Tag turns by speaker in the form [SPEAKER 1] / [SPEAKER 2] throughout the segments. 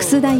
[SPEAKER 1] 楠田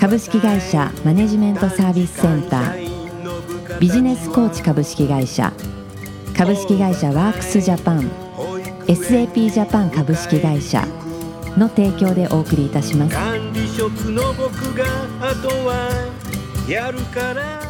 [SPEAKER 1] 株式会社マネジメントサービスセンタービジネスコーチ株式会社株式会社ワークスジャパン SAP ジャパン株式会社の提供でお送りいたします
[SPEAKER 2] 管理職の僕があとはやるから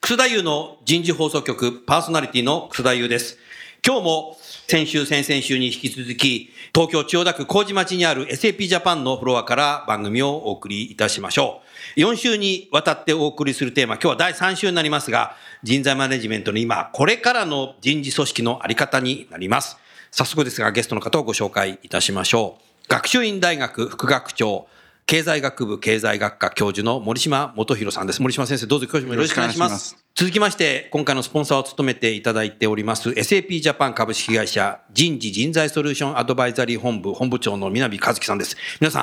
[SPEAKER 3] 楠田優の人事放送局パーソナリティの楠田優です。今日も先週、先々週に引き続き、東京千代田区麹町にある SAP ジャパンのフロアから番組をお送りいたしましょう。4週にわたってお送りするテーマ、今日は第3週になりますが、人材マネジメントの今、これからの人事組織のあり方になります。早速ですが、ゲストの方をご紹介いたしましょう。学習院大学副学長、経済学部経済学科教授の森島元弘さんです。森島先生、どうぞ今日もよろしくお願いしま
[SPEAKER 4] よろしくお願いしますす。
[SPEAKER 3] 続きまして、今回のスポンサーを務めていただいております、SAP ジャパン株式会社人事人材ソリューションアドバイザリー本部、本部長の南和樹さんです。皆さん、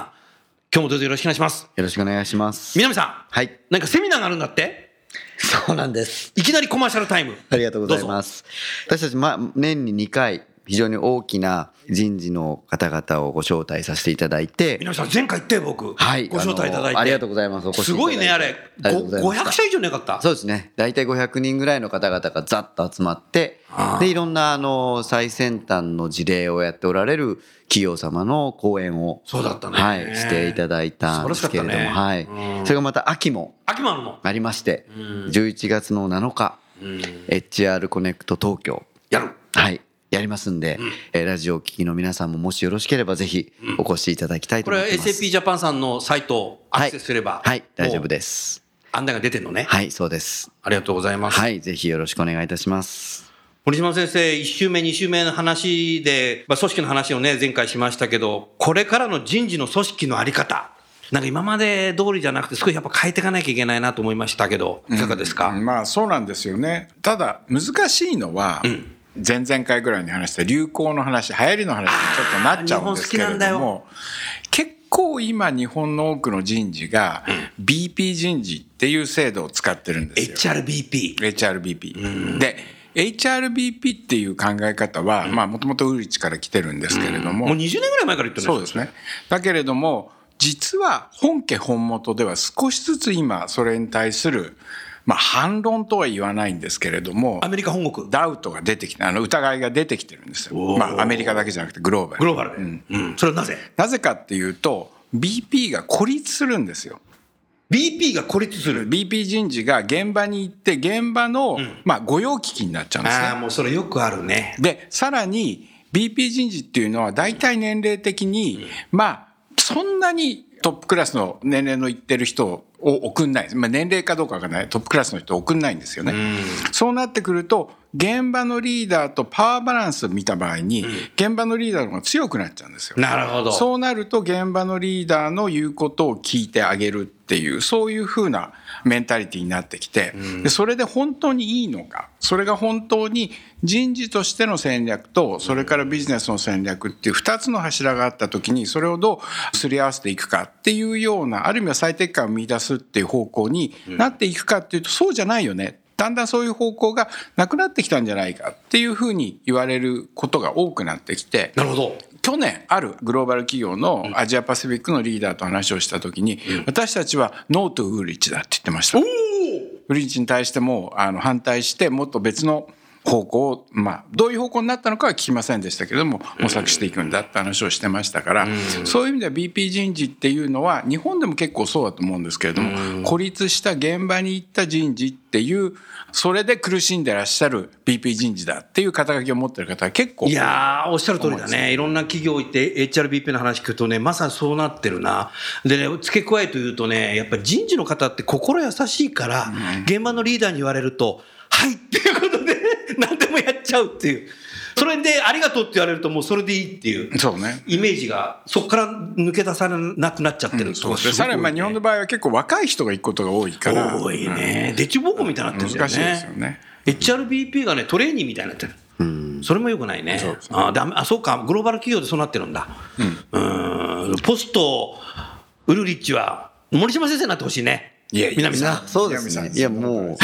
[SPEAKER 3] 今日もどうぞよろしくお願いします。
[SPEAKER 4] よろしくお願いします。
[SPEAKER 3] 南さん、
[SPEAKER 4] はい。
[SPEAKER 3] なんかセミナーがあるんだって
[SPEAKER 4] そうなんです。
[SPEAKER 3] いきなりコマーシャルタイム。
[SPEAKER 4] ありがとうございます。私たち、ま、年に2回、非常に大きな人事の方々をご招待させていただいて、
[SPEAKER 3] 南さん、前回行って僕、
[SPEAKER 4] はい。
[SPEAKER 3] ご招待いただい
[SPEAKER 4] あ
[SPEAKER 3] て。
[SPEAKER 4] のありがとうございます。お越し
[SPEAKER 3] すごいね、あ
[SPEAKER 4] ただ
[SPEAKER 3] れ
[SPEAKER 4] て。ありがとうございま
[SPEAKER 3] 500社以上なかった
[SPEAKER 4] す。そうですね。大体500人ぐらいの方々がざっと集まって
[SPEAKER 3] あー、
[SPEAKER 4] で、いろんな、あの、最先端の事例をやっておられる企業様の講演を、
[SPEAKER 3] そうだったね
[SPEAKER 4] はい、していただいたんですけれど
[SPEAKER 3] 素晴ら
[SPEAKER 4] も、
[SPEAKER 3] しか
[SPEAKER 4] は
[SPEAKER 3] っ
[SPEAKER 4] い
[SPEAKER 3] たねうん。
[SPEAKER 4] それがまた秋も
[SPEAKER 3] 秋もあるの。
[SPEAKER 4] ありまして、
[SPEAKER 3] うん
[SPEAKER 4] 11月の7日、
[SPEAKER 3] うん、
[SPEAKER 4] HR コネクト東京、
[SPEAKER 3] やる。
[SPEAKER 4] はい、やりますんで、えーラジオを聴きの皆さんももしよろしければぜひお越しいただきたいと
[SPEAKER 3] こ
[SPEAKER 4] 思
[SPEAKER 3] れは
[SPEAKER 4] ってます。
[SPEAKER 3] SAP ジャパンさんのサイトアクセスすれば、
[SPEAKER 4] はい、大丈夫
[SPEAKER 3] す。
[SPEAKER 4] です。
[SPEAKER 3] 案内が出てるのね。
[SPEAKER 4] はい、そうです。
[SPEAKER 3] ありがとうございます。
[SPEAKER 4] はい、ぜひよろしくお願いいたします。
[SPEAKER 3] 森島先生、1週目、2週目の話で、まあ、組織の話をね、前回しましたけど、これからの人事の組織のあり方、なんか今まで通りじゃなくて、すごいやっぱ変えていかなきゃいけないなと思いましたけど、いかがですか、
[SPEAKER 5] うんまあそうなんですよねただ難しいのは、前々回ぐらいに話した流行の話流行りの話にちょっとなっちゃうんですけ
[SPEAKER 3] あー日本好きなん
[SPEAKER 5] れ
[SPEAKER 3] だ
[SPEAKER 5] ど
[SPEAKER 3] よ
[SPEAKER 5] も結構今日本の多くの人事が BP 人事っていう制度を使ってるんですよ。
[SPEAKER 3] ?HRBP。
[SPEAKER 5] HRBP。で HRBP っていう考え方はもともとウーリッチから来てるんですけれども、
[SPEAKER 3] もう20年ぐらい前から言ってる
[SPEAKER 5] そうですね。だけれども、実は本家本元では少しずつ今、それに対する、まあ、反論とは言わないんですけれども
[SPEAKER 3] ア、メリカ本国。
[SPEAKER 5] ダウトが出てきて、あの、疑いが出てきてるんですよ。まあ、アメリカだけじゃなくてグローバル。
[SPEAKER 3] グローバルで。うん。それはなぜ
[SPEAKER 5] なぜかっていうと、BP が孤立するんですよ。
[SPEAKER 3] ?BP が孤立する。
[SPEAKER 5] BP 人事が現場に行って、現場の、まあ、御用聞きになっちゃうんですね
[SPEAKER 3] ああ、。もうそれよくあるね。
[SPEAKER 5] で、さらに BP 人事っていうのは大体年齢的に、まあ、そんなにトップクラスの年齢のいってる人を送んないです。まあ、年齢かどうかわかんない。トップクラスの人を送んないんですよね。そうなってくると、現場のリーダーとパワーバランスを見た場合に、現場のリーダーの方が強くなっちゃうんですよ。
[SPEAKER 3] なるほど。
[SPEAKER 5] そうなると現場のリーダーの言うことを聞いてあげるっていうそういう風なメンタリティになってきて、でそれで本当にいいのかそれが本当に人事としての戦略とそれからビジネスの戦略っていう2つの柱があった時にそれをどうすり合わせていくかっていうようなある意味は最適解を見出すっていう方向になっていくかっていうとそうじゃないよね。だんだんそういう方向がなくなってきたんじゃないかっていうふうに言われることが多くなってきて、
[SPEAKER 3] なるほど。
[SPEAKER 5] 去年あるグローバル企業のアジアパシフィックのリーダーと話をした時に、私たちはノートウーリッチだって言ってました。ウーリッチに対してもあの反対してもっと別の方向を、まあ、どういう方向になったのかは聞きませんでしたけれども模索していくんだって話をしてましたから、そういう意味では BP 人事っていうのは日本でも結構そうだと思うんですけれども孤立した現場に行った人事っていうそれで苦しんでらっしゃる BP 人事だっていう肩書きを持ってる方が結構多
[SPEAKER 3] いやー、おっしゃる通りだね。いろんな企業行って、HRBP の話聞くとね、まさにそうなってるな。でね、付け加えと言うとね、やっぱり人事の方って心優しいから、 現場のリーダーに言われると、はいっていうことで、何でもやっちゃうっていう。それでありがとうって言われるともうそれでいいっていう。
[SPEAKER 5] そうね。
[SPEAKER 3] イメージがそこから抜け出されなくなっちゃってる、
[SPEAKER 5] そうですねさらにまあ日本の場合は結構若い人が行くことが多いから
[SPEAKER 3] 多いね、でちぼこみたいになってるんだよね
[SPEAKER 5] 難しいですよね
[SPEAKER 3] HRBP がねトレーニーみたいになってる、それもよくないねあダメあそうかグローバル企業でそうなってるんだうんポストウルリッチは森島先生になってほしいね
[SPEAKER 5] いやいや
[SPEAKER 3] 南さん
[SPEAKER 4] あそうですねいやも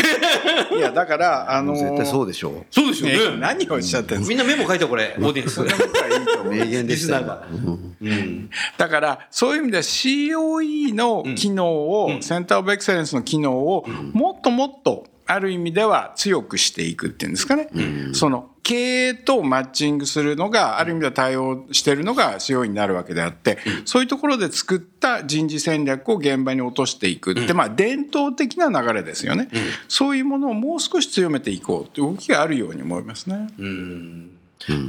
[SPEAKER 5] いやだからあ
[SPEAKER 4] う
[SPEAKER 5] の ー
[SPEAKER 4] 絶対そうでしょ
[SPEAKER 3] そうです
[SPEAKER 5] ね
[SPEAKER 3] よね
[SPEAKER 5] 何をおっしゃってんですか
[SPEAKER 3] みんなメモ書いてこれオーディエン ス
[SPEAKER 4] う名言でし
[SPEAKER 3] リスナ
[SPEAKER 4] た
[SPEAKER 3] ー
[SPEAKER 4] よ
[SPEAKER 3] が
[SPEAKER 4] うん
[SPEAKER 5] だからそういう意味では COE の機能を、センターオブエクセレンスの機能をもっともっとある意味では強くしていくっていうんですかね、その経営とマッチングするのがある意味では対応してるのが COE になるわけであって、そういうところで作った人事戦略を現場に落としていくって、まあ伝統的な流れですよね、そういうものをもう少し強めていこうって動きがあるように思いますね。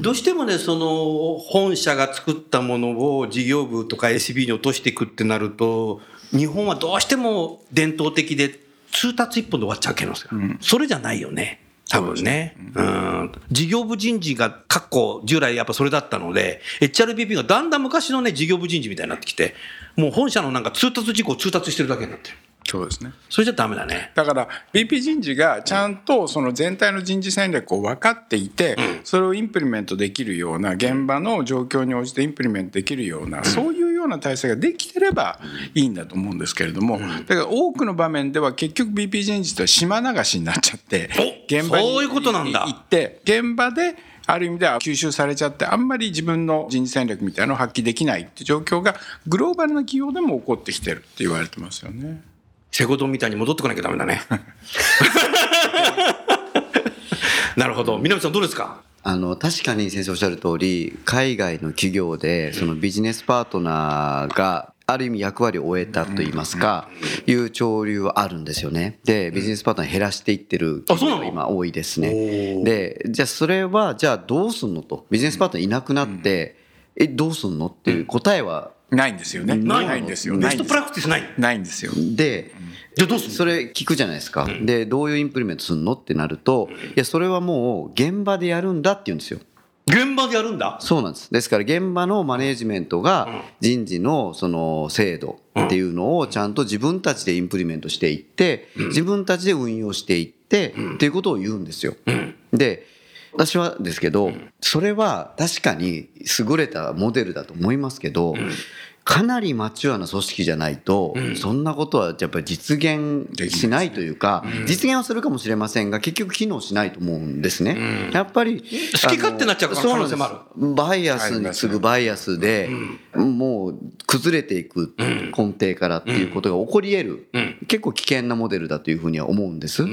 [SPEAKER 3] どうしてもね、その、本社が作ったものを事業部とか SB に落としていくってなると、日本はどうしても伝統的で、通達一本で終わっちゃうけどさ、それじゃないよね。多分ね。うん。事業部人事が、かっこ従来やっぱそれだったので、HRBP がだんだん昔のね、事業部人事みたいになってきて、もう本社のなんか通達事項を通達してるだけになってる。
[SPEAKER 5] そうですね
[SPEAKER 3] それじゃダメだね。
[SPEAKER 5] だから BP 人事がちゃんとその全体の人事戦略を分かっていてそれをインプリメントできるような現場の状況に応じてインプリメントできるようなそういうような体制ができてればいいんだと思うんですけれどもだから多くの場面では結局 BP 人事とは島流しになっちゃって
[SPEAKER 3] お
[SPEAKER 5] 現場に
[SPEAKER 3] そういうことなんだ
[SPEAKER 5] 行って現場である意味では吸収されちゃってあんまり自分の人事戦略みたいなのを発揮できないって状況がグローバルな企業でも起こってきてるって言われてますよね。
[SPEAKER 3] セコドンみたいに戻ってこなきゃダメだ ね。なるほど。南さんどうですか
[SPEAKER 4] あの確かに先生おっしゃる通り海外の企業でそのビジネスパートナーがある意味役割を終えたと言いますかいう潮流はあるんですよねでビジネスパートナー減らしていってる企業が今多いですねでじゃあそれはじゃあどうすんのとビジネスパートナーいなくなってえどうすんのっていう答えは
[SPEAKER 5] ないんですよね。
[SPEAKER 4] ない
[SPEAKER 5] ないんですよ。
[SPEAKER 3] ベ
[SPEAKER 5] な
[SPEAKER 3] ス
[SPEAKER 5] いん
[SPEAKER 3] ト
[SPEAKER 5] です
[SPEAKER 3] プラクティスない。
[SPEAKER 5] ないんですよ。
[SPEAKER 4] で
[SPEAKER 3] じゃあどうする
[SPEAKER 4] それ聞くじゃないですかでどういうインプリメントするのってなるといやそれはもう現場でやるんだって言うんですよ
[SPEAKER 3] 現場でやるんだ。
[SPEAKER 4] そうなんです。ですから現場のマネージメントが人事のその制度っていうのをちゃんと自分たちでインプリメントしていって、自分たちで運用していってっていうことを言うんですよ。で、私はですけど、それは確かに優れたモデルだと思いますけど、かなりマチュアな組織じゃないと、そんなことはやっぱり実現しないというか、実現はするかもしれませんが、結局機能しないと思うんですね。やっぱり。
[SPEAKER 3] 好き勝手になっちゃう可能
[SPEAKER 4] そうなん
[SPEAKER 3] 可能性
[SPEAKER 4] です
[SPEAKER 3] もある
[SPEAKER 4] バイアスに次ぐバイアスで、もう崩れていく根底からっていうことが起こり得る、結構危険なモデルだというふうには思うんです。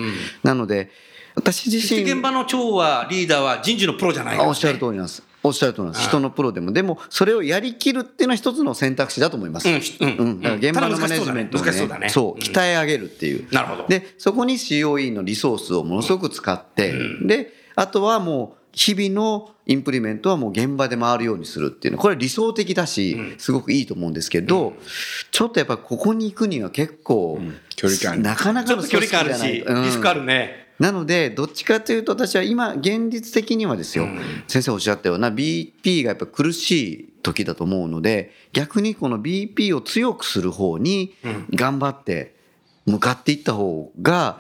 [SPEAKER 4] なので、私自
[SPEAKER 3] そして
[SPEAKER 4] 身、
[SPEAKER 3] 現場の長はリーダーは人事のプロじゃないか
[SPEAKER 4] あ
[SPEAKER 3] ら
[SPEAKER 4] おっしゃる通りなんです。おっしゃる通りなんです。人のプロでも、でも、それをやりきるっていうのは一つの選択肢だと思います。
[SPEAKER 3] うんひうん
[SPEAKER 4] だから現場のマネジメントを、ね、
[SPEAKER 3] ただ難しそうだね難しそうだね
[SPEAKER 4] 鍛え上げるっていう。
[SPEAKER 3] なるほど
[SPEAKER 4] で、そこに COE のリソースをものすごく使って、で、あとはもう、日々のインプリメントはもう現場で回るようにするっていうのはこれは理想的だし、すごくいいと思うんですけど、ちょっとやっぱここに行くには結構、
[SPEAKER 5] 距離感
[SPEAKER 4] なかな
[SPEAKER 3] ち
[SPEAKER 4] か
[SPEAKER 3] ょっ
[SPEAKER 4] の
[SPEAKER 3] と距離感ある
[SPEAKER 4] 組織
[SPEAKER 3] し、
[SPEAKER 4] じゃない
[SPEAKER 3] リスクあるね。
[SPEAKER 4] なので、どっちかというと、私は今、現実的にはですよ、先生おっしゃったような BP がやっぱ苦しい時だと思うので、逆にこの BP を強くする方に頑張って向かっていった方が、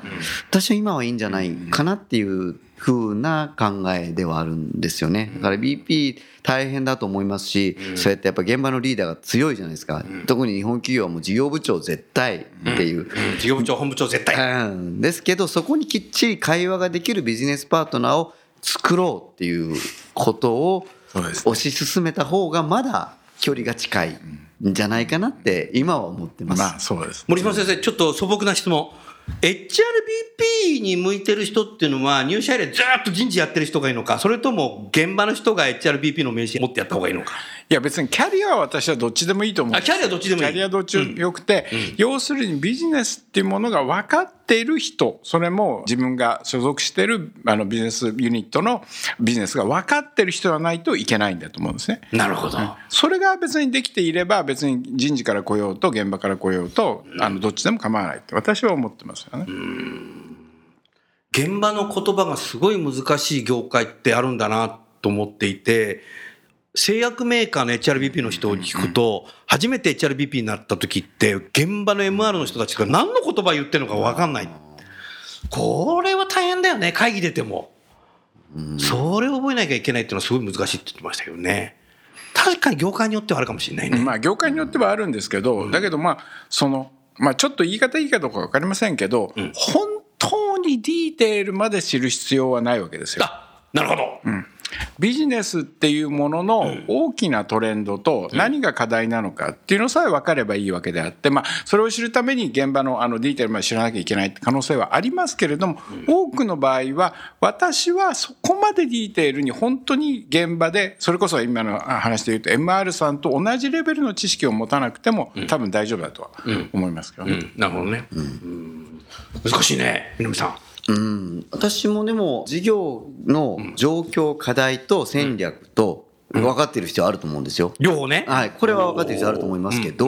[SPEAKER 4] 私は今はいいんじゃないかなっていう風な考えではあるんですよね。だから BP 大変だと思いますし、そうやってやっぱ現場のリーダーが強いじゃないですか。特に日本企業はもう事業部長絶対っていう。
[SPEAKER 3] 事業部長、本部長絶対。
[SPEAKER 4] うん、ですけどそこにきっちり会話ができるビジネスパートナーを作ろうっていうことを
[SPEAKER 5] そうです
[SPEAKER 4] 推し進めた方がまだ距離が近いんじゃないかなって今は思ってます。
[SPEAKER 5] まあそうです。
[SPEAKER 3] 森島先生、ちょっと素朴な質問。HRBP に向いてる人っていうのは、入社以来ずーっと人事やってる人がいいのか、それとも現場の人が HRBP の名刺持ってやった方がいいのか。
[SPEAKER 5] いや別にキャリアは私はどっちでもいいと思う。
[SPEAKER 3] あキャリアどっちでもいい
[SPEAKER 5] キャリアどっちでもよくて、要するにビジネスっていうものが分かっている人、それも自分が所属しているあのビジネスユニットのビジネスが分かっている人じゃないといけないんだと思うんですね。
[SPEAKER 3] なるほど。
[SPEAKER 5] それが別にできていれば別に人事から来ようと現場から来ようとあのどっちでも構わないって私は思ってますよね。
[SPEAKER 3] 現場の言葉がすごい難しい業界ってあるんだなっと思っていて、製薬メーカーの HRBP の人を聞くと、初めて HRBP になった時って、現場の MR の人たちが何の言葉言ってるのか分かんない。これは大変だよね、会議出ても。それを覚えなきゃいけないっていうのはすごい難しいって言ってましたけどね。確かに業界によってはあるかもしれないね。
[SPEAKER 5] まあ、業界によってはあるんですけど、だけどまあその、まあ、ちょっと言い方いいかどうか分かりませんけど、本当にディテールまで知る必要はないわけですよ。
[SPEAKER 3] あなるほど。
[SPEAKER 5] ビジネスっていうものの大きなトレンドと何が課題なのかっていうのさえ分かればいいわけであって、まあ、それを知るために現場のあのディテールまで知らなきゃいけないって可能性はありますけれども多くの場合は私はそこまでディテールに本当に現場でそれこそ今の話で言うと MR さんと同じレベルの知識を持たなくても多分大丈夫だとは思いますけどね。
[SPEAKER 3] うん、なるほどね。うん難しいね、南さん。
[SPEAKER 4] うん、私もでも事業の状況、課題と戦略と分かってる必要あると思うんですよ。
[SPEAKER 3] 両方ね。
[SPEAKER 4] はい、これは分かってる必要あると思いますけど、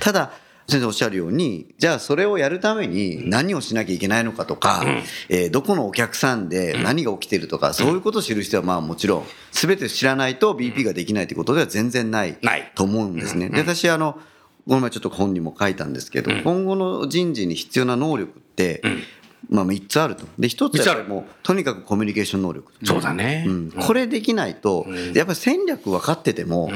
[SPEAKER 4] ただ先生おっしゃるようにじゃあそれをやるために何をしなきゃいけないのかとか、えーどこのお客さんで何が起きてるとか、そういうことを知る必要はまあもちろん全て知らないと BP ができないということでは全然ない
[SPEAKER 3] ない
[SPEAKER 4] と思うんですね。で私あのこの前ちょっと本にも書いたんですけど、今後の人事に必要な能力って、まあ、3つあるとで1つはやっぱりもうとにかくコミュニケーション能力
[SPEAKER 3] そうだね。
[SPEAKER 4] うん、これできないと、やっぱり戦略分かってても、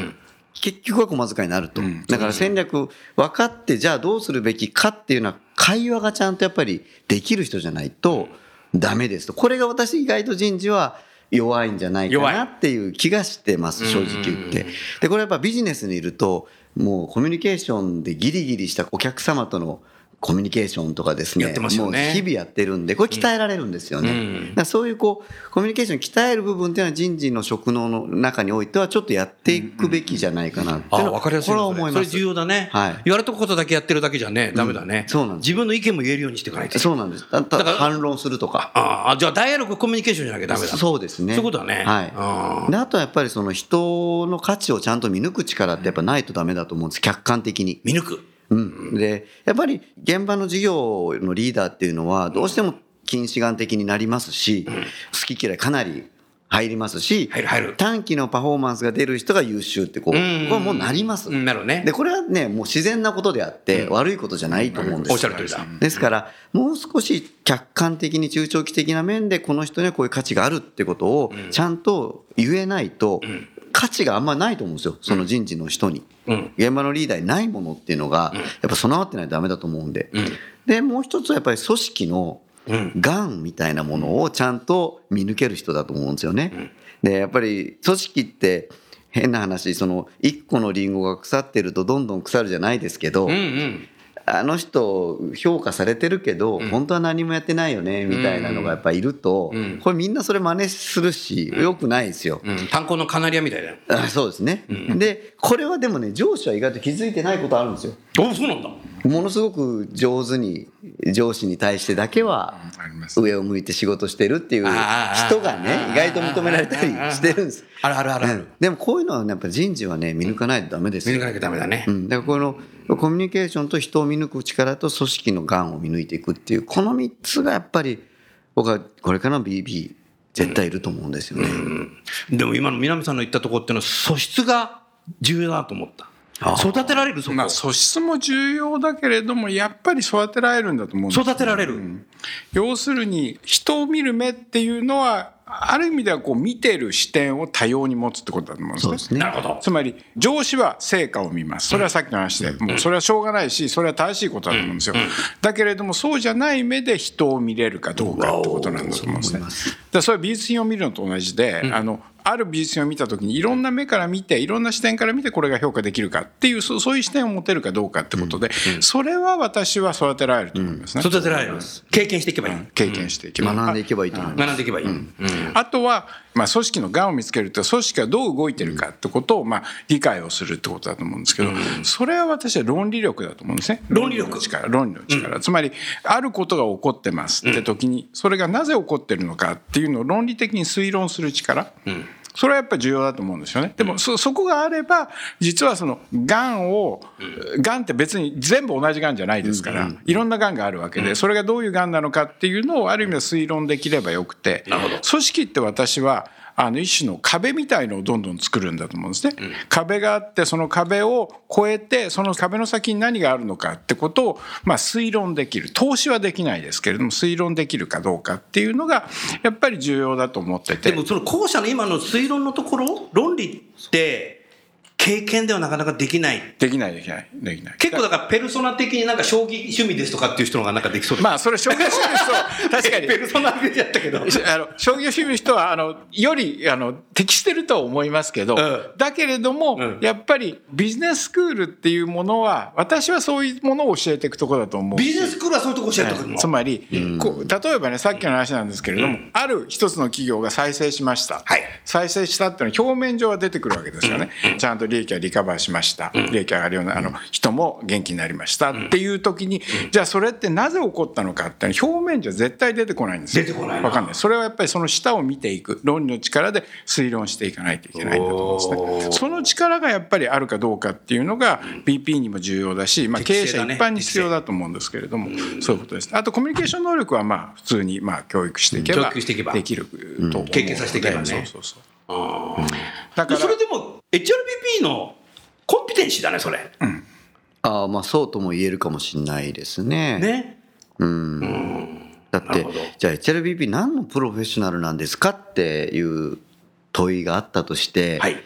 [SPEAKER 4] 結局は駒遣いになると、だから戦略分かってじゃあどうするべきかっていうのは会話がちゃんとやっぱりできる人じゃないとダメですとこれが私意外と人事は弱いんじゃないか
[SPEAKER 3] 弱い
[SPEAKER 4] なっていう気がしてます正直言って。でこれやっぱビジネスにいるともうコミュニケーションでギリギリしたお客様とのコミュニケーションとかですね
[SPEAKER 3] やってますよね
[SPEAKER 4] もう日々やってるんでこれ鍛えられるんですよね。だからそういうこうコミュニケーションを鍛える部分っていうのは人事の職能の中においてはちょっとやっていくべきじゃないかなっていう
[SPEAKER 3] あ
[SPEAKER 4] の
[SPEAKER 3] 分
[SPEAKER 4] は
[SPEAKER 3] か
[SPEAKER 4] こ
[SPEAKER 3] り
[SPEAKER 4] れ
[SPEAKER 3] やすいね
[SPEAKER 4] は思い
[SPEAKER 3] そ
[SPEAKER 4] ま
[SPEAKER 3] れ重
[SPEAKER 4] す。
[SPEAKER 3] 要だね、
[SPEAKER 4] はい
[SPEAKER 3] 言われたことだけやってるだけじゃねダメだね、
[SPEAKER 4] そうなんです
[SPEAKER 3] 自分の意見も言えるようにしていかないと
[SPEAKER 4] そうなんです。だた
[SPEAKER 3] だから
[SPEAKER 4] 反論するとか。
[SPEAKER 3] ああじゃあダイアログコミュニケーションじゃなきゃダメだ
[SPEAKER 4] そうですね。
[SPEAKER 3] そういうことだねう
[SPEAKER 4] は
[SPEAKER 3] ん
[SPEAKER 4] い。であとはやっぱりその人の価値をちゃんと見抜く力ってやっぱないとダメだと思うんです。客観的に。
[SPEAKER 3] 見抜く
[SPEAKER 4] うん、でやっぱり現場の事業のリーダーっていうのはどうしても近視眼的になりますし、好き嫌いかなり入りますし
[SPEAKER 3] 入る入る
[SPEAKER 4] 短期のパフォーマンスが出る人が優秀ってこう、
[SPEAKER 3] うん
[SPEAKER 4] これもうなります、
[SPEAKER 3] うんなるほどね
[SPEAKER 4] でこれはねもう自然なことであって、悪いことじゃないと思うんです、
[SPEAKER 3] おっしゃる通りだ
[SPEAKER 4] ですから、もう少し客観的に中長期的な面で、この人にはこういう価値があるってことを、ちゃんと言えないと、価値があんまないと思うんですよ、その人事の人
[SPEAKER 3] う
[SPEAKER 4] に。
[SPEAKER 3] ん
[SPEAKER 4] 現場のリーダーにないものっていうのが、やっぱ備わってないとダメだと思うんで。で、もう一つはやっぱり組織の
[SPEAKER 3] うん
[SPEAKER 4] がんみたいなものをちゃんと見抜ける人だと思うんですよね。でやっぱり組織って変な話その1個のリンゴが腐ってるとどんどん腐るじゃないですけど、
[SPEAKER 3] うんうん
[SPEAKER 4] あの人評価されてるけど、本当は何もやってないよねみたいなのがやっぱいると、
[SPEAKER 3] うん
[SPEAKER 4] これみんなそれ真似するし、良くないですよ。
[SPEAKER 3] うん炭鉱のカナリアみたいだよ
[SPEAKER 4] あそうですね、でこれはでもね上司は意外と気づいてないことあるんですよ。
[SPEAKER 3] おそうなんだ
[SPEAKER 4] ものすごく上手に上司に対してだけは
[SPEAKER 5] あります
[SPEAKER 4] 上を向いて仕事してるっていう
[SPEAKER 3] あー
[SPEAKER 4] 人が
[SPEAKER 3] あー
[SPEAKER 4] ね意外と認められたりしてるんです。
[SPEAKER 3] あるあるあるある、
[SPEAKER 4] うんでもこういうのはねやっぱ人事はね見抜かないとダメです
[SPEAKER 3] 見
[SPEAKER 4] よ
[SPEAKER 3] 抜かなきゃダメだね、
[SPEAKER 4] うん、だからこのコミュニケーションと人を見抜く力と組織のがんを見抜いていくっていうこの3つがやっぱり僕はこれからの BB 絶対いると思うんですよね。
[SPEAKER 3] でも今の南さんの言ったとこっていうのは素質が重要だなと思った育てられるそこ、
[SPEAKER 5] まあ、素質も重要だけれどもやっぱり育てられるんだと思うんですよ
[SPEAKER 3] 育てられる、
[SPEAKER 5] 要するに人を見る目っていうのはある意味ではこう見てる視点を多様に持つってことだと思うんですね。
[SPEAKER 3] なるほど
[SPEAKER 5] つまり上司は成果を見ますそれはさっきの話で、もうそれはしょうがないしそれは正しいことだと思うんですよ、だけれどもそうじゃない目で人を見れるかどうかってことなんだと思うんですね。だからそれは美術品を見るのと同じで、あのある美術品を見た時にいろんな目から見ていろんな視点から見てこれが評価できるかっていうそうそういう視点を持てるかどうかってことで、それは私は育てられると思いますね、
[SPEAKER 3] 育てられる経験していけばいい、
[SPEAKER 5] 経験していけば、
[SPEAKER 4] 学んでいけばいいと思います。
[SPEAKER 3] 学んでいけばいい、うん
[SPEAKER 5] あとは、まあ、組織のがんを見つけると組織がどう動いてるかってことを、まあ、理解をするってことだと思うんですけど、それは私は論理力だと思うんですね
[SPEAKER 3] 論理力
[SPEAKER 5] の力論理の力、つまりあることが起こってますって時に、それがなぜ起こってるのかっていうのを論理的に推論する力、それはやっぱり重要だと思うんですよね。でもそそこがあれば実はそのがんをがんって別に全部同じがんじゃないですからいろんながんがあるわけでそれがどういうがんなのかっていうのをある意味で推論できればよくて組織って私はあの一種の壁みたいのをどんどん作るんだと思うんですね。壁があってその壁を越えてその壁の先に何があるのかってことをまあ推論できる投資はできないですけれども推論できるかどうかっていうのがやっぱり重要だと思ってて
[SPEAKER 3] でもその後者の今の推論のところ、論理って経験ではなかなかできない。
[SPEAKER 5] できないできないできない。
[SPEAKER 3] 結構だからペルソナ的になんか将棋趣味ですとかっていう人の方がなんかできそうです。
[SPEAKER 5] まあそれ証言する 人確かに
[SPEAKER 3] ペルソナ的だったけ ど。
[SPEAKER 5] あの商業主義の人はあのよりあの適してるとは思いますけど、
[SPEAKER 3] うん
[SPEAKER 5] だけれども、
[SPEAKER 3] うん
[SPEAKER 5] やっぱりビジネススクールっていうものは私はそういうものを教えていくところだと思う
[SPEAKER 3] ビジネススクールはそういうとこ教えてくるの。
[SPEAKER 5] つまり、こう例えばねさっきの話なんですけれども、ある一つの企業が再生しました、
[SPEAKER 3] はい
[SPEAKER 5] 再生したっていうのは表面上は出てくるわけですよね、ちゃんと利益はリカバーしました、利益上がるようなあの人も元気になりました、っていう時に、じゃあそれってなぜ起こったのかっていうのは表面じゃ絶対出てこないんですよ
[SPEAKER 3] 出てこないな
[SPEAKER 5] わかんないそれはやっぱりその下を見ていく論理の力で推論していかないといけないんだと思うんですねその力がやっぱりあるかどうかっていうのが BP にも重要だし、まあ、経営
[SPEAKER 3] 適正
[SPEAKER 5] 者
[SPEAKER 3] だ
[SPEAKER 5] 一
[SPEAKER 3] ね
[SPEAKER 5] 般に必要だと思うんですけれども、そういうことです。あとコミュニケーション能力はまあ普通にまあ教育していけば
[SPEAKER 3] 教育していけば
[SPEAKER 5] できると思うので
[SPEAKER 3] 経験させていけばね
[SPEAKER 5] そうそうそう。
[SPEAKER 3] あ
[SPEAKER 5] だ
[SPEAKER 3] ー
[SPEAKER 5] から
[SPEAKER 3] それでも HRBP のコンピテンシーだね、それ。
[SPEAKER 4] ああまあそうとも言えるかもしれないですね。
[SPEAKER 3] ね。
[SPEAKER 4] うんだっ
[SPEAKER 3] なる
[SPEAKER 4] て
[SPEAKER 3] ほど
[SPEAKER 4] じゃあ HLBP 何のプロフェッショナルなんですかっていう問いがあったとして、
[SPEAKER 3] はい。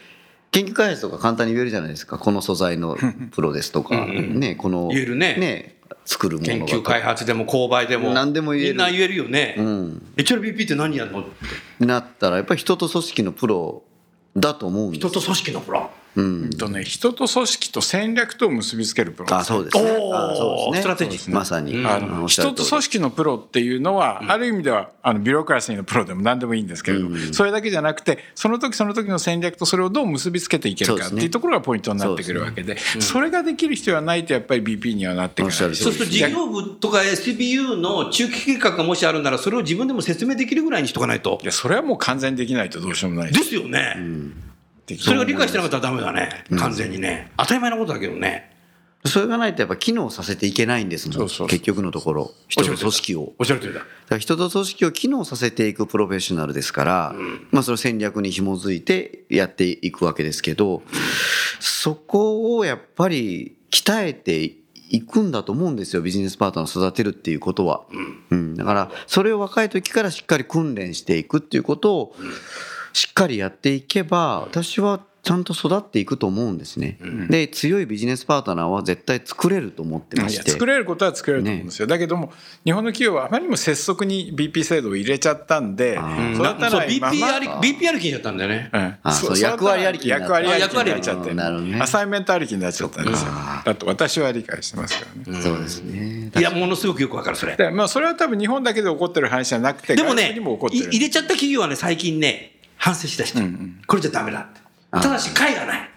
[SPEAKER 4] 研究開発とか簡単に言えるじゃないですかこの素材 のプロですとか
[SPEAKER 3] うんうん
[SPEAKER 4] ねこの
[SPEAKER 3] 言えるね
[SPEAKER 4] 作るもの
[SPEAKER 3] 研
[SPEAKER 4] が
[SPEAKER 3] 究開発でも購買でも。
[SPEAKER 4] 何でも言える
[SPEAKER 3] みんな言えるよね。
[SPEAKER 4] うん、
[SPEAKER 3] HRBP って何やるの
[SPEAKER 4] なったらやっぱり人と組織のプロだと思うんです
[SPEAKER 3] 人と組織のプロ。
[SPEAKER 4] うん
[SPEAKER 5] えっ、とね人と組織と戦略とを結びつけるプロ
[SPEAKER 4] あそうですね
[SPEAKER 3] おー
[SPEAKER 4] あそうですね
[SPEAKER 3] ストラテジーですね
[SPEAKER 4] まさに、
[SPEAKER 3] うん
[SPEAKER 5] あの
[SPEAKER 4] おっしゃる
[SPEAKER 5] 人
[SPEAKER 4] 通り
[SPEAKER 5] と組織のプロっていうのは、ある意味ではあのビュロクラシーのプロでも何でもいいんですけれども、それだけじゃなくてその時その時の戦略とそれをどう結びつけていける
[SPEAKER 4] そう
[SPEAKER 5] か
[SPEAKER 4] で
[SPEAKER 5] っ
[SPEAKER 4] す
[SPEAKER 5] て
[SPEAKER 4] ね
[SPEAKER 5] いうところがポイントになってくるわけでそれができる人はないとやっぱり BP にはなっていかない
[SPEAKER 4] おっしゃ
[SPEAKER 3] そ
[SPEAKER 4] る
[SPEAKER 3] うす
[SPEAKER 4] 通
[SPEAKER 3] ると事業部とか SBU の中期計画がもしあるならそれを自分でも説明できるぐらいにしとかないと
[SPEAKER 5] い。やそれはもう完全にできないとどうしようもない
[SPEAKER 3] ですよね。それが理解してなかったらダメだね。完全にね。当たり前のことだけどね。
[SPEAKER 4] それがないとやっぱ機能させていけないんですもん
[SPEAKER 5] そうそうそう
[SPEAKER 4] 結局のところ人と組織を
[SPEAKER 3] おっしゃる通りだ。
[SPEAKER 4] だから人と組織を機能させていくプロフェッショナルですから、まあ、その戦略に紐づいてやっていくわけですけどそこをやっぱり鍛えていくんだと思うんですよビジネスパートナーを育てるっていうことは、うん、だからそれを若い時からしっかり訓練していくっていうことをしっかりやっていけば私はちゃんと育っていくと思うんですね、で強いビジネスパートナーは絶対作れると思ってま
[SPEAKER 5] い
[SPEAKER 4] し
[SPEAKER 5] や
[SPEAKER 4] て
[SPEAKER 5] 作れることは作れると思うんですよ、だけども日本の企業はあまりにも拙速に BP 制度を入れちゃったんで
[SPEAKER 4] ー
[SPEAKER 5] 育た
[SPEAKER 3] そう
[SPEAKER 5] ない
[SPEAKER 3] BP
[SPEAKER 5] まま
[SPEAKER 3] あり BP ありきになったんだよね。
[SPEAKER 5] うん
[SPEAKER 4] あ
[SPEAKER 5] そ
[SPEAKER 4] そう役割ありきになっ
[SPEAKER 5] 役
[SPEAKER 4] た
[SPEAKER 5] 割ありきになっちゃっ
[SPEAKER 4] あ
[SPEAKER 5] て
[SPEAKER 4] ーなるほどね
[SPEAKER 5] アサインメントありきになっちゃったんですよだと私は理解してますからね
[SPEAKER 4] そうですね
[SPEAKER 3] いや、ものすごくよくわかる、それ。
[SPEAKER 5] でまあそれは多分日本だけで起こってる話じゃなくて
[SPEAKER 3] でも
[SPEAKER 5] 外
[SPEAKER 3] ね、
[SPEAKER 5] 国にも起こって
[SPEAKER 3] い
[SPEAKER 5] る
[SPEAKER 3] 入れちゃった企業はね、最近ね、反省しだしてる
[SPEAKER 5] うんうん
[SPEAKER 3] これじゃダメだって。ただし、会がない。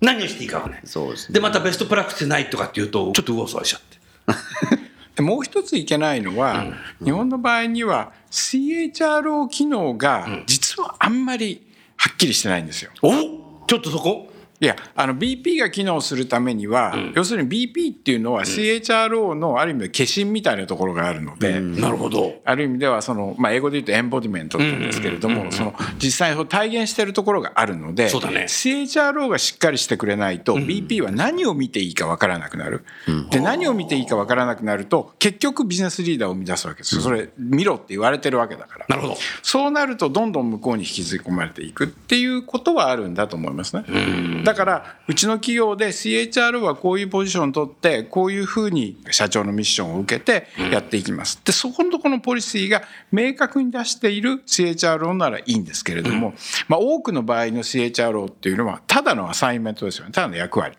[SPEAKER 3] 何をしていいかがない。
[SPEAKER 4] そうですね
[SPEAKER 3] で、またベストプラクティスないとかっていうと、ちょっと右往左往しちゃって。
[SPEAKER 5] でもう一ついけないのは、日本の場合には CHRO 機能が実はあんまりはっきりしてないんですよ
[SPEAKER 3] おちょっとそこ
[SPEAKER 5] いやあの BP が機能するためには、要するに BP っていうのは CHRO のある意味で化身みたいなところがあるので、
[SPEAKER 3] なるほど。
[SPEAKER 5] ある意味ではその、まあ、英語で言うとエンボディメントって言うんですけれどもその実際に体現しているところがあるので
[SPEAKER 3] そうだね
[SPEAKER 5] CHRO がしっかりしてくれないと BP は何を見ていいかわからなくなる、で何を見ていいかわからなくなると結局ビジネスリーダーを生み出すわけですよそれ見ろって言われてるわけだから。
[SPEAKER 3] なるほど。
[SPEAKER 5] そうなるとどんどん向こうに引きずり込まれていくっていうことはあるんだと思いますね。だからうちの企業で CHR はこういうポジションを取ってこういうふうに社長のミッションを受けてやっていきます。でそこのとこのポリシーが明確に出している CHRO ならいいんですけれども、まあ、多くの場合の CHRO っていうのはただのアサインメントですよねただの役割。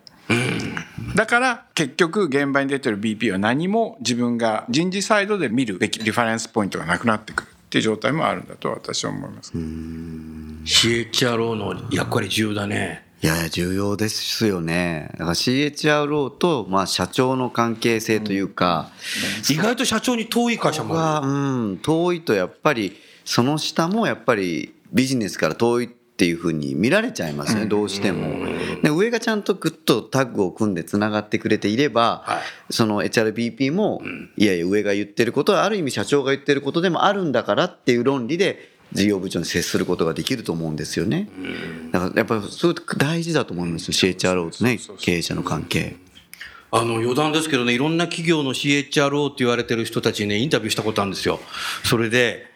[SPEAKER 5] だから結局現場に出てる BP は何も自分が人事サイドで見るべきリファレンスポイントがなくなってくるっていう状態もあるんだと私は思います。
[SPEAKER 3] CHRO の役割重要だね。
[SPEAKER 4] いやいや重要ですよね。だから CHRO とまあ社長の関係性というか、
[SPEAKER 3] 意外と社長に遠い会社
[SPEAKER 4] 僕
[SPEAKER 3] もあ
[SPEAKER 4] はうん遠いとやっぱりその下もやっぱりビジネスから遠いっていうふうに見られちゃいますね、どうしても。で上がちゃんとグッとタッグを組んでつながってくれていれば、
[SPEAKER 3] はい
[SPEAKER 4] その HRBP も、いやいや上が言ってることはある意味社長が言ってることでもあるんだからっていう論理で事業部長に接することができると思うんですよね。だからやっぱりそういう大事だと思いますよ CHRO とね経営者の関係。
[SPEAKER 3] あの余談ですけどね、いろんな企業の CHRO って言われてる人たちにね、インタビューしたことあるんですよ。それで、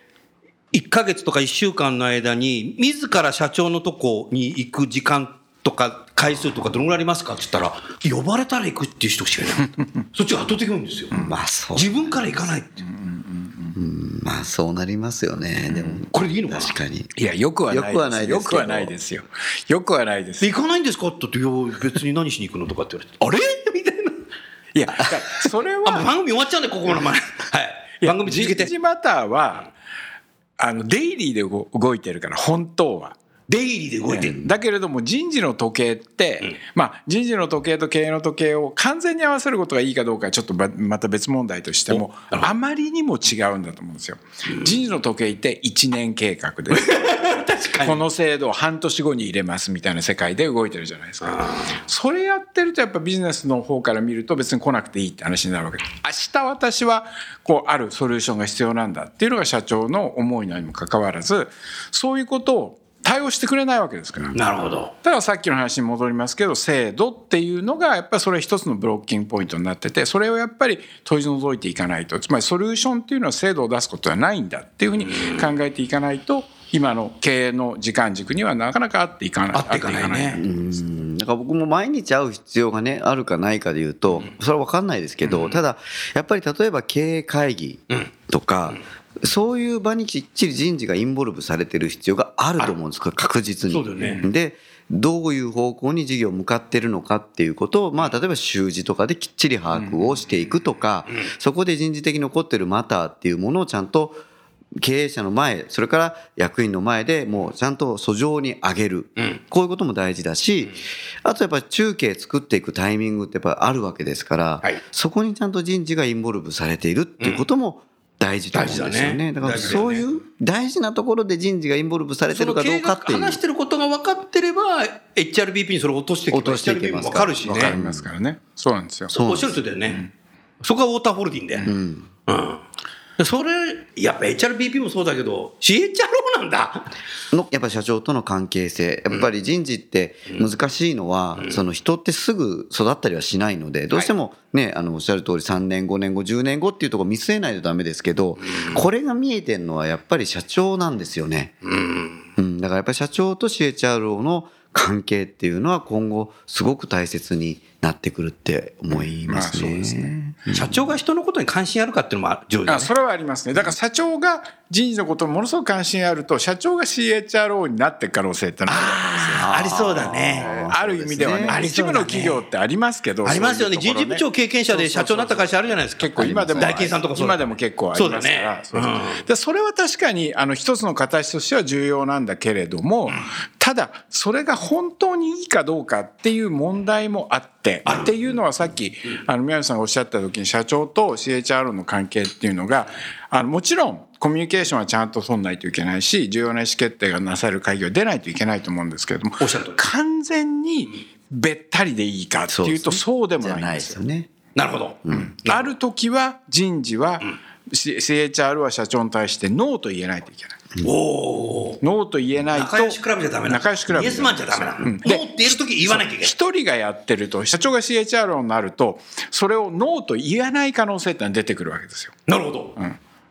[SPEAKER 3] 1ヶ月とか1週間の間に、自ら社長のとこに行く時間とか、回数とか、どのぐらいありますかって言ったら、呼ばれたら行くっていう人しかいなかった。 そっちが圧倒的に多いんですよ。
[SPEAKER 4] まあそう
[SPEAKER 3] 自分から行かないって。
[SPEAKER 4] まあそうなりますよね。でも
[SPEAKER 3] これでいいのかな
[SPEAKER 4] 確かに。
[SPEAKER 5] いや、よくは
[SPEAKER 4] よくはな
[SPEAKER 5] ないい
[SPEAKER 4] で
[SPEAKER 5] ですす。
[SPEAKER 4] けど
[SPEAKER 5] よくはないですよ。よくはないです
[SPEAKER 3] で。行かないんですかって言って、いや、別に何しに行くのとかって言われて、あれ みたいな。
[SPEAKER 5] いや、だからそれ
[SPEAKER 3] あ、もう
[SPEAKER 5] は、
[SPEAKER 3] 番組終わっちゃうんで、ここの前。 はい。番組続けて
[SPEAKER 5] 人。事バターは、あの、デイリーで動動いてるから、本当は。
[SPEAKER 3] デイリーで動いてる。
[SPEAKER 5] だけれども人事の時計って、まあ、人事の時計と経営の時計を完全に合わせることがいいかどうかはちょっとばまた別問題としてもあまりにも違うんだと思うんですよ。人事の時計って1年計画 ですこの制度を半年後に入れますみたいな世界で動いてるじゃないですか。それやってるとやっぱビジネスの方から見ると別に来なくていいって話になるわけです明日私はこうあるソリューションが必要なんだっていうのが社長の思いなにもかかわらずそういうことを対応してくれないわけですから。
[SPEAKER 3] なるほど。
[SPEAKER 5] たださっきの話に戻りますけど制度っていうのがやっぱりそれ一つのブロッキングポイントになっててそれをやっぱり取り除いていかないとつまりソリューションっていうのは制度を出すことはないんだっていうふうに考えていかないと今の経営の時間軸にはなかなか合っていかない
[SPEAKER 3] 合っていかないね。
[SPEAKER 4] うんだから僕も毎日会う必要がねあるかないかで言うとそれは分かんないですけど、ただやっぱり例えば経営会議とか、そういう場にきっちり人事がインボルブされてる必要があると思うんですこれ確実に。
[SPEAKER 3] そうだよね
[SPEAKER 4] でどういう方向に事業向かってるのかっていうことを、まあ、例えば習字とかできっちり把握をしていくとか、そこで人事的に起こってるマターっていうものをちゃんと経営者の前それから役員の前でもうちゃんと訴状に上げる、こういうことも大事だし、あとやっぱり中継作っていくタイミングってやっぱりあるわけですから、
[SPEAKER 3] はい
[SPEAKER 4] そこにちゃんと人事がインボルブされているっていうことも大事だと思うんですよ
[SPEAKER 3] 大
[SPEAKER 4] ね,、
[SPEAKER 3] 事だね
[SPEAKER 4] だから
[SPEAKER 3] 大事だよ
[SPEAKER 4] そう
[SPEAKER 3] ね
[SPEAKER 4] いう大事なところで人事がインボルブされて
[SPEAKER 3] そ
[SPEAKER 4] る
[SPEAKER 3] の
[SPEAKER 4] か
[SPEAKER 3] 経
[SPEAKER 4] どう
[SPEAKER 3] 営
[SPEAKER 4] か
[SPEAKER 3] が
[SPEAKER 4] っていう
[SPEAKER 3] 話してることが分かってれば HRBP にそれを落としていけば
[SPEAKER 4] 落としていけ
[SPEAKER 3] HRBP
[SPEAKER 4] ます
[SPEAKER 3] も分
[SPEAKER 4] から
[SPEAKER 3] かるしね
[SPEAKER 5] わかりますからねそうなんですよ
[SPEAKER 4] そう
[SPEAKER 3] おっしゃるとだよね、そこはウォーターホールディングで、うんそれやっぱ HRBP もそうだけど CHRO なんだ
[SPEAKER 4] のやっぱ社長との関係性やっぱり人事って難しいのは、その人ってすぐ育ったりはしないのでどうしてもね、あのおっしゃる通り3年5年後10年後っていうところ見据えないとダメですけど、これが見えてるのはやっぱり社長なんですよね、うん、だからやっぱり社長と CHRO の関係っていうのは今後すごく大切になってくるって思いますね。
[SPEAKER 5] まあそうです
[SPEAKER 3] 社長が人のことに関心あるかっていうのも重要だ
[SPEAKER 5] あ
[SPEAKER 3] ね
[SPEAKER 5] それはありますねだから社長が人事のことにものすごく関心あると社長が CHRO になっていく可能性ってのは
[SPEAKER 3] あありそうだね
[SPEAKER 5] ある意味ではね
[SPEAKER 4] あ
[SPEAKER 3] り
[SPEAKER 5] 一
[SPEAKER 3] そうだ
[SPEAKER 5] 部
[SPEAKER 3] ね
[SPEAKER 5] の企業ってありますけど
[SPEAKER 3] ありますよね
[SPEAKER 5] そういう
[SPEAKER 3] 人
[SPEAKER 5] とこ
[SPEAKER 3] 事
[SPEAKER 5] ろ
[SPEAKER 3] 部長経験者で社長になった会社あるじゃないですか
[SPEAKER 5] 結構今でも
[SPEAKER 3] 大金さんとかそうだ
[SPEAKER 5] 今でも結構ありますから
[SPEAKER 3] そうだね
[SPEAKER 5] そうそうでそれは確かにあの一つの形としては重要なんだけれども、ただそれが本当にいいかどうかっていう問題もあってっていうのはさっきあの宮野さんがおっしゃった時に社長と CHR の関係っていうのがあのもちろんコミュニケーションはちゃんと取んないといけないし重要な意思決定がなされる会議は出ないといけないと思うんですけれども
[SPEAKER 3] おっしゃる通り
[SPEAKER 5] 完全にべったりでいいかっていうとそうでも
[SPEAKER 4] じゃ
[SPEAKER 5] ないん
[SPEAKER 4] ない
[SPEAKER 5] で
[SPEAKER 4] です
[SPEAKER 5] よ
[SPEAKER 4] すよね。
[SPEAKER 3] なるほど、
[SPEAKER 5] ある時は人事は、C- CHR は社長に対してノーと言えないといけない。
[SPEAKER 3] おお
[SPEAKER 5] ノーと言えないと
[SPEAKER 3] 仲良しクラブじゃダメな
[SPEAKER 5] 仲良しクラブ
[SPEAKER 3] イエスマンじゃダメなの、
[SPEAKER 5] うん
[SPEAKER 3] ノーって言える時言わなきゃいけない
[SPEAKER 5] 一人がやってると社長が CHR になるとそれをノーと言えない可能性ってのは出てくるわけですよ。
[SPEAKER 3] なるほど、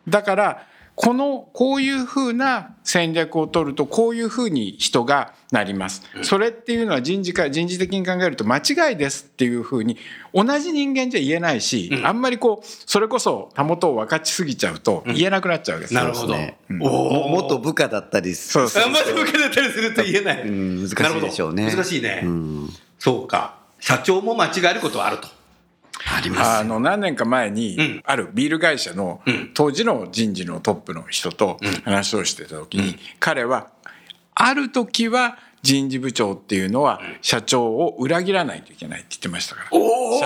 [SPEAKER 5] だからこのこういうふうな戦略を取るとこういうふうに人がなります。それっていうのは人事か人事的に考えると間違いですっていうふうに同じ人間じゃ言えないし、あんまりこうそれこそたもとを分かちすぎちゃうと言えなくなっちゃうわけですよ。
[SPEAKER 3] なるほど、
[SPEAKER 4] そうですね
[SPEAKER 3] おお
[SPEAKER 4] 元部下だったり
[SPEAKER 5] そうそう
[SPEAKER 3] あんまり受けたりすると言えない。
[SPEAKER 4] ん難しい
[SPEAKER 3] なるほど
[SPEAKER 4] でしょうね
[SPEAKER 3] 難しいね、
[SPEAKER 4] ん
[SPEAKER 3] そうか。社長も間違えることはあると。
[SPEAKER 4] あります
[SPEAKER 5] あの何年か前に、
[SPEAKER 3] ん
[SPEAKER 5] あるビール会社の当時の人事のトップの人と話をしてた時に、彼はある時は人事部長っていうのは社長を裏切らないといけないって言ってましたから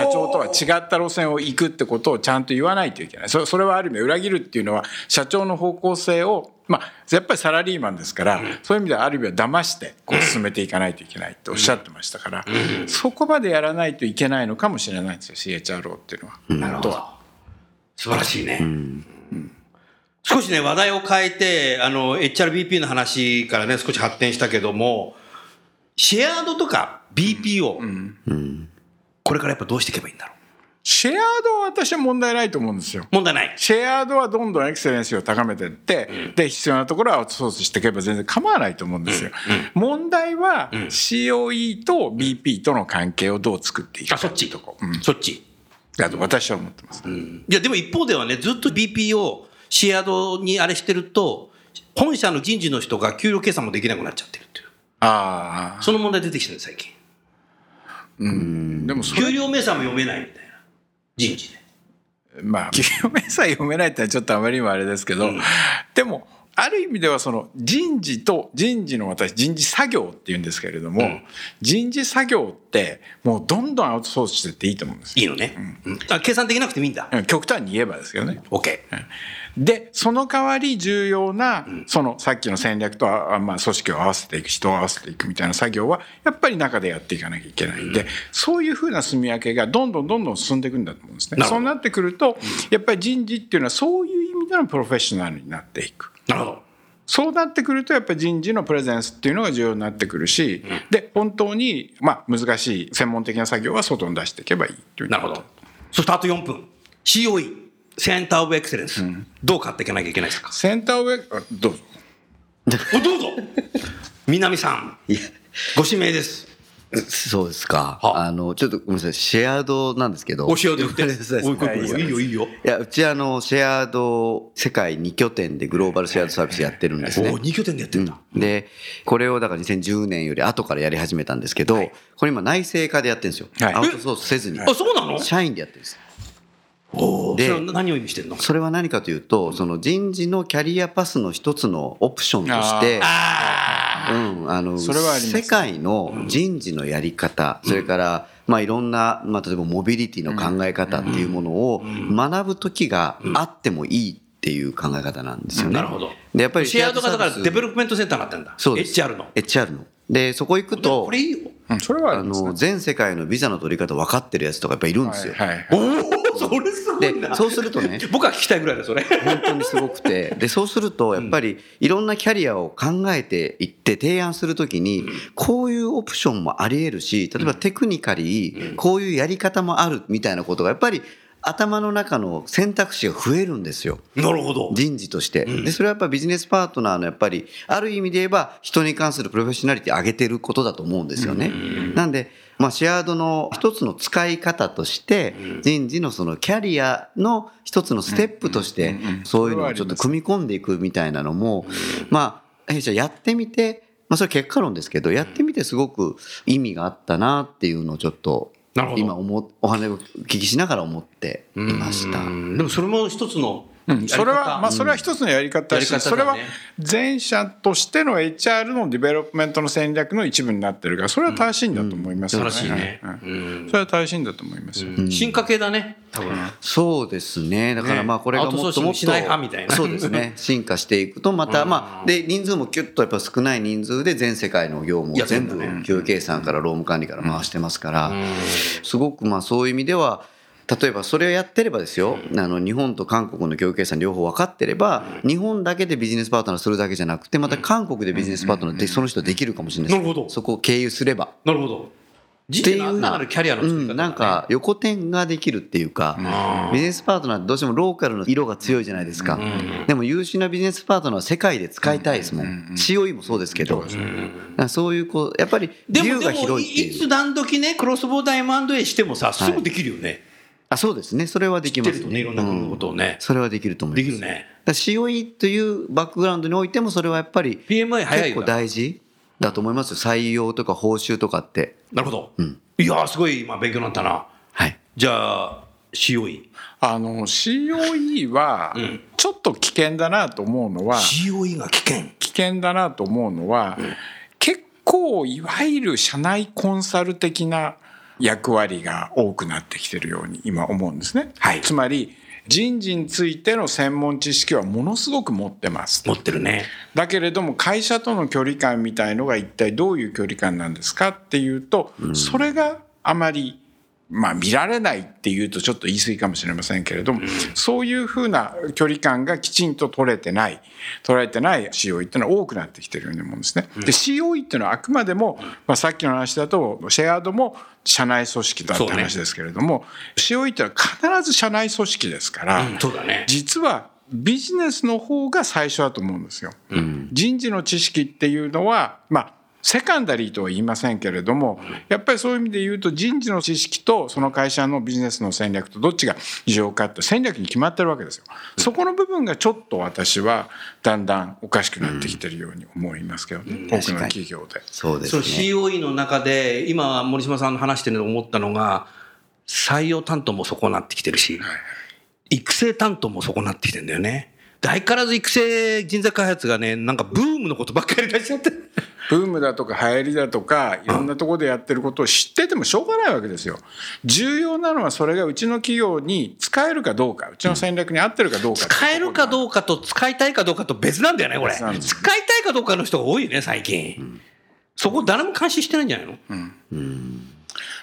[SPEAKER 5] 社長とは違った路線を行くってことをちゃんと言わないといけないそそれはある意味裏切るっていうのは社長の方向性をまあやっぱりサラリーマンですから、そういう意味ではある意味は騙してこう進めていかないといけないっておっしゃってましたから、そこまでやらないといけないのかもしれないんですよ CHRO っていうの
[SPEAKER 3] な
[SPEAKER 5] は。
[SPEAKER 3] るほど。素晴らしいね。うん少しね、話題を変えて、あの、HRBP の話からね、少し発展したけども、シェアードとか BPO、これからやっぱどうしていけばいいんだろう。
[SPEAKER 5] シェアードは私は問題ないと思うんですよ。
[SPEAKER 3] 問題ない。
[SPEAKER 5] シェアードはどんどんエクセレンスを高めていって、で、必要なところはアウトソースしていけば全然構わないと思うんですよ。問題は、COE と BP との関係をどう作っていく
[SPEAKER 3] あ、
[SPEAKER 5] か
[SPEAKER 3] そっち。
[SPEAKER 5] とこ。うん。
[SPEAKER 3] そっち。
[SPEAKER 5] だと私は思ってます。
[SPEAKER 3] いや、でも一方ではね、ずっと BPO、シェアードにあれしてると、本社の人事の人が給料計算もできなくなっちゃってるっていう。
[SPEAKER 5] ああ。
[SPEAKER 3] その問題出てきてる最近。
[SPEAKER 5] でもそれ
[SPEAKER 3] 給料明細も読めないみたいな。人事で。
[SPEAKER 5] まあ、 給与明細読めないってのはちょっとあまりにもあれですけど、でも、ある意味ではその人事と人事の私、人事作業って言うんですけれども、人事作業ってもうどんどんアウトソースしてっていいと思うんですよ。
[SPEAKER 3] いいのね。うんあ計算できなくてもいいんだ。
[SPEAKER 5] うん極端に言えばですけどね。
[SPEAKER 3] OK。
[SPEAKER 5] で、その代わり重要な、そのさっきの戦略とあ、あまあ、組織を合わせていく、人を合わせていくみたいな作業は、やっぱり中でやっていかなきゃいけないんで、そういうふうな住み分けがどんどんどんどん進んでいくんだと思うんですね
[SPEAKER 3] な。るほ
[SPEAKER 5] そ
[SPEAKER 3] ど
[SPEAKER 5] うなってくると、やっぱり人事っていうのはそういう意味でのプロフェッショナルになっていく。
[SPEAKER 3] なるほど。
[SPEAKER 5] そうなってくるとやっぱり人事のプレゼンスっていうのが重要になってくるし、で本当に、まあ、難しい専門的な作業は外に出していけばいいという
[SPEAKER 3] なるほど。そしてあと4分。COE、センターオブエクセレンス。どう買っていかなきゃいけないですか
[SPEAKER 5] センターウェイあどうぞ
[SPEAKER 3] おどうぞ南さん、
[SPEAKER 4] いや
[SPEAKER 3] ご指名です。
[SPEAKER 4] そうですか。
[SPEAKER 3] は
[SPEAKER 4] あの、ちょっとごめんなさい、シェアードなんですけど。
[SPEAKER 3] お塩で売って。
[SPEAKER 4] ごめんなさい
[SPEAKER 3] おいこいこいこいいいよ、いいよ。
[SPEAKER 4] いや、うちあの、シェアード、世界2拠点でグローバルシェアードサービスやってるんですね
[SPEAKER 3] お。二拠点でやってんだ。
[SPEAKER 4] で、これをだから2010年より後からやり始めたんですけど、これ今内製化でやってるんですよ。
[SPEAKER 5] はい
[SPEAKER 4] アウトソースせずに。
[SPEAKER 3] あ、そうなの
[SPEAKER 4] 社員でやってるんです。
[SPEAKER 3] おー
[SPEAKER 4] で
[SPEAKER 3] それは何を意味してんの
[SPEAKER 4] それは何かというと、その人事のキャリアパスの一つのオプションとして、うん、あの
[SPEAKER 5] それはありますね
[SPEAKER 4] 世界の人事のやり方、それから、まあ、いろんな、まあ、例えばモビリティの考え方っていうものを学ぶ時があってもいいっていう考え方なんですよね。
[SPEAKER 3] なるほど。
[SPEAKER 4] でやっぱり
[SPEAKER 3] シェアードがだから
[SPEAKER 4] シェア
[SPEAKER 3] デベ
[SPEAKER 4] サービス
[SPEAKER 3] ロップメントセンターになってんだ。
[SPEAKER 4] そうです
[SPEAKER 3] HR の。
[SPEAKER 4] HR の。でそこ行くと
[SPEAKER 3] これいいよ。
[SPEAKER 5] うんそれはあ
[SPEAKER 4] あ
[SPEAKER 5] りますね
[SPEAKER 4] の全世界のビザの取り方分かってるやつとかやっぱいるんですよ。
[SPEAKER 5] はいはい
[SPEAKER 3] おお、それすごいな。
[SPEAKER 4] でそうするとね
[SPEAKER 3] 僕は聞きたいぐらいだ、それ。
[SPEAKER 4] 本当にすごくてでそうするとやっぱりいろんなキャリアを考えていって提案するときにこういうオプションもあり得るし例えばテクニカリーこういうやり方もあるみたいなことがやっぱり頭の中の選択肢が増えるんですよ
[SPEAKER 3] なるほど。
[SPEAKER 4] 人事としてでそれはやっぱビジネスパートナーのやっぱりある意味で言えば人に関するプロフェッショナリティ上げてることだと思うんですよねなんでまあシェアードの一つの使い方として人事のそのキャリアの一つのステップとしてそういうのをちょっと組み込んでいくみたいなのもまあ弊社やってみてまあそれ結果論ですけどやってみてすごく意味があったなっていうのをちょっと
[SPEAKER 3] なるほど
[SPEAKER 4] 今思お話をお聞きしながら思っていました。
[SPEAKER 3] うんでもそれも一つの
[SPEAKER 5] う
[SPEAKER 3] や
[SPEAKER 5] ん
[SPEAKER 3] り方。
[SPEAKER 5] それは、まあ、それは一つのやり方だし、
[SPEAKER 3] やり方
[SPEAKER 5] それ
[SPEAKER 3] だ
[SPEAKER 5] は
[SPEAKER 3] ね
[SPEAKER 5] 前者としての HR のディベロップメントの戦略の一部になってるから、それは正しいんだと思いますよ
[SPEAKER 3] 正
[SPEAKER 5] ね。
[SPEAKER 3] しいね。
[SPEAKER 5] は
[SPEAKER 3] う
[SPEAKER 5] い
[SPEAKER 3] ん
[SPEAKER 5] それは正しいんだと思いますよ。
[SPEAKER 3] 進化系だね、多分。
[SPEAKER 4] そうですね。だからまあこれがもっとも
[SPEAKER 3] アウトソー
[SPEAKER 4] っ
[SPEAKER 3] スし
[SPEAKER 4] と
[SPEAKER 3] ない派みたいな
[SPEAKER 4] そうです ね。進化していくとまたまあで人数もキュッとやっぱ少ない人数で全世界の業務
[SPEAKER 3] いや
[SPEAKER 4] を全部
[SPEAKER 3] そうだね
[SPEAKER 4] 給与計算から労務管理から回してますから、すごくまあそういう意味では。例えばそれをやってればですよ、あの日本と韓国の業務計算両方分かってれば、日本だけでビジネスパートナーするだけじゃなくてまた韓国でビジネスパートナーでその人できるかもしれないです
[SPEAKER 3] なるほど
[SPEAKER 4] そこを経由すれば
[SPEAKER 3] なるほど。人
[SPEAKER 4] っ
[SPEAKER 3] 生
[SPEAKER 4] ていう
[SPEAKER 3] の
[SPEAKER 4] よう
[SPEAKER 3] 中のキャリアの作り方だ
[SPEAKER 4] う
[SPEAKER 3] ね
[SPEAKER 4] ん、なんか横転ができるっていうか、ビジネスパートナーってどうしてもローカルの色が強いじゃないですか、でも優秀なビジネスパートナーは世界で使いたいですもん、COE もそうですけど、だからそういうこうやっぱり
[SPEAKER 3] で
[SPEAKER 4] 自由
[SPEAKER 3] も、で
[SPEAKER 4] が
[SPEAKER 3] も、い
[SPEAKER 4] 広いって
[SPEAKER 3] い
[SPEAKER 4] い
[SPEAKER 3] つ
[SPEAKER 4] う
[SPEAKER 3] 何時ね、クロスボーダー M&A してもさ、すぐできるよね。
[SPEAKER 4] あそうですねそれはでき
[SPEAKER 3] 知っ
[SPEAKER 4] ま
[SPEAKER 3] てる
[SPEAKER 4] す
[SPEAKER 3] とね、いろんな
[SPEAKER 4] う
[SPEAKER 3] ことをね。
[SPEAKER 4] それはできると思
[SPEAKER 3] で
[SPEAKER 4] いま
[SPEAKER 3] き
[SPEAKER 4] す
[SPEAKER 3] るね。
[SPEAKER 4] だから COE というバックグラウンドにおいてもそれはやっぱり
[SPEAKER 3] PMI 早い
[SPEAKER 4] 結
[SPEAKER 3] よ
[SPEAKER 4] 構。大事だと思いますよ採用とか報酬とかって
[SPEAKER 3] なるほど。いやー、すごい今勉強になったな。
[SPEAKER 4] はい
[SPEAKER 3] じゃあ、COE。
[SPEAKER 5] あの、COE は、ちょっと危険だなと思うのは、
[SPEAKER 3] COE が危険。
[SPEAKER 5] 危険だなと思うのは、結構いわゆる社内コンサル的な役割が多くなってきてるように今思うんですね。
[SPEAKER 3] はい
[SPEAKER 5] つまり人事についての専門知識はものすごく持ってます。
[SPEAKER 3] 持ってるね。
[SPEAKER 5] だけれども会社との距離感みたいのが一体どういう距離感なんですかっていうと、それがあまりまあ、見られないっていうとちょっと言い過ぎかもしれませんけれども、そういうふうな距離感がきちんと取れてない取られてない COE っていうのは多くなってきてるように思うんですね。で COE っていうのはあくまでも、まあ、さっきの話だとシェアードも社内組織だっ
[SPEAKER 3] そ
[SPEAKER 5] て
[SPEAKER 3] うね
[SPEAKER 5] 話ですけれども、COE っていうのは必ず社内組織ですから、
[SPEAKER 3] そうだね。
[SPEAKER 5] 実はビジネスの方が最初だと思うんですよ。人事の知識っていうのは、まあセカンダリーとは言いませんけれども、やっぱりそういう意味で言うと人事の知識とその会社のビジネスの戦略とどっちが重要かって戦略に決まってるわけですよ。そこの部分がちょっと私はだんだんおかしくなってきてるように思いますけどね、多くの企業で。
[SPEAKER 4] そうで
[SPEAKER 3] そ
[SPEAKER 4] す
[SPEAKER 3] の
[SPEAKER 4] ね。
[SPEAKER 3] COE の中で、今、森島さんの話してるのを思ったのが、採用担当もそこなってきてるし、育成担当もそこなってきてんだよね。で相変わらず育成人材開発がね、なんかブームのことばっかり出しちゃって。
[SPEAKER 5] ブームだとか流行りだとかいろんなところでやってることを知っててもしょうがないわけですよ重要なのはそれがうちの企業に使えるかどうかうちの戦略に合ってるかどうか、
[SPEAKER 3] 使えるか
[SPEAKER 5] うか
[SPEAKER 3] どうかと使いたいかどうかと別なんだよね、これ。
[SPEAKER 5] 別
[SPEAKER 3] 使
[SPEAKER 5] なん
[SPEAKER 3] い
[SPEAKER 5] で
[SPEAKER 3] た
[SPEAKER 5] す
[SPEAKER 3] いかどうかの人が多いね、最近。そこ誰も監視してないんじゃないの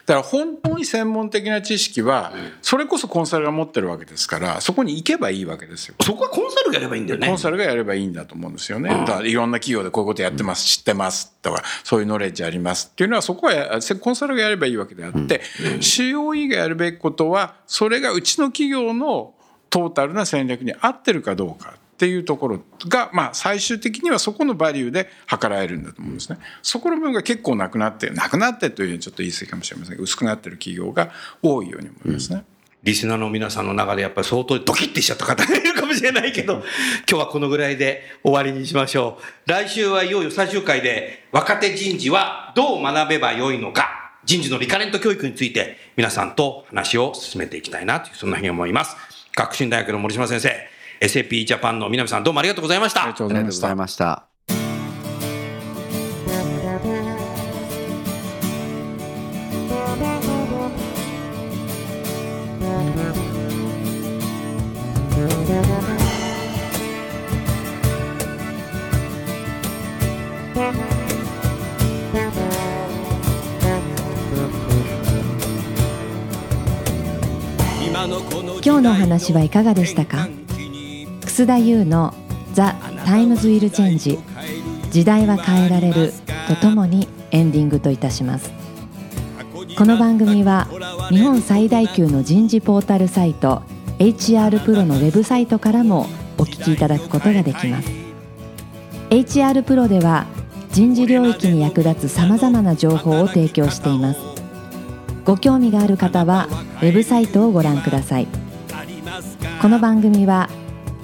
[SPEAKER 5] だから本当に専門的な知識はそれこそコンサルが持ってるわけですからそこに行けばいいわけですよ
[SPEAKER 3] そこはコンサルがやればいいんだよ
[SPEAKER 5] コ
[SPEAKER 3] ね
[SPEAKER 5] ン。サルがやればいいんだと思うんですよね。だからいろんな企業でこういうことやってます、知ってますとか、そういうノレッジありますっていうのは、そこはやコンサルがやればいいわけであって、COE がやるべきことは、それがうちの企業のトータルな戦略に合ってるかどうか。っていうところが、まあ、最終的にはそこのバリューで測られるんだと思うんですね。そこの部分が結構なくなって、なくなってというのはちょっと言い過ぎかもしれませんが、薄くなってる企業が多いように思いますね。
[SPEAKER 3] リスナーの皆さんの中でやっぱり相当ドキッてしちゃった方がいるかもしれないけど、今日はこのぐらいで終わりにしましょう。来週はいよいよ最終回で、若手人事はどう学べばよいのか、人事のリカレント教育について皆さんと話を進めていきたいなという、そんなふうに思います。学習院大学の森島先生、SAP ジャパンの南さんどうもありがとうございました。
[SPEAKER 4] ありがとうございました。
[SPEAKER 1] 今日のお話はいかがでしたか楠田優の「ザ・タイムズ・ウィル・チェンジ時代は変えられる」とともにエンディングといたしますこの番組は日本最大級の人事ポータルサイト HR プロのウェブサイトからもお聞きいただくことができます HR プロでは人事領域に役立つさまざまな情報を提供していますご興味がある方はウェブサイトをご覧くださいこの番組は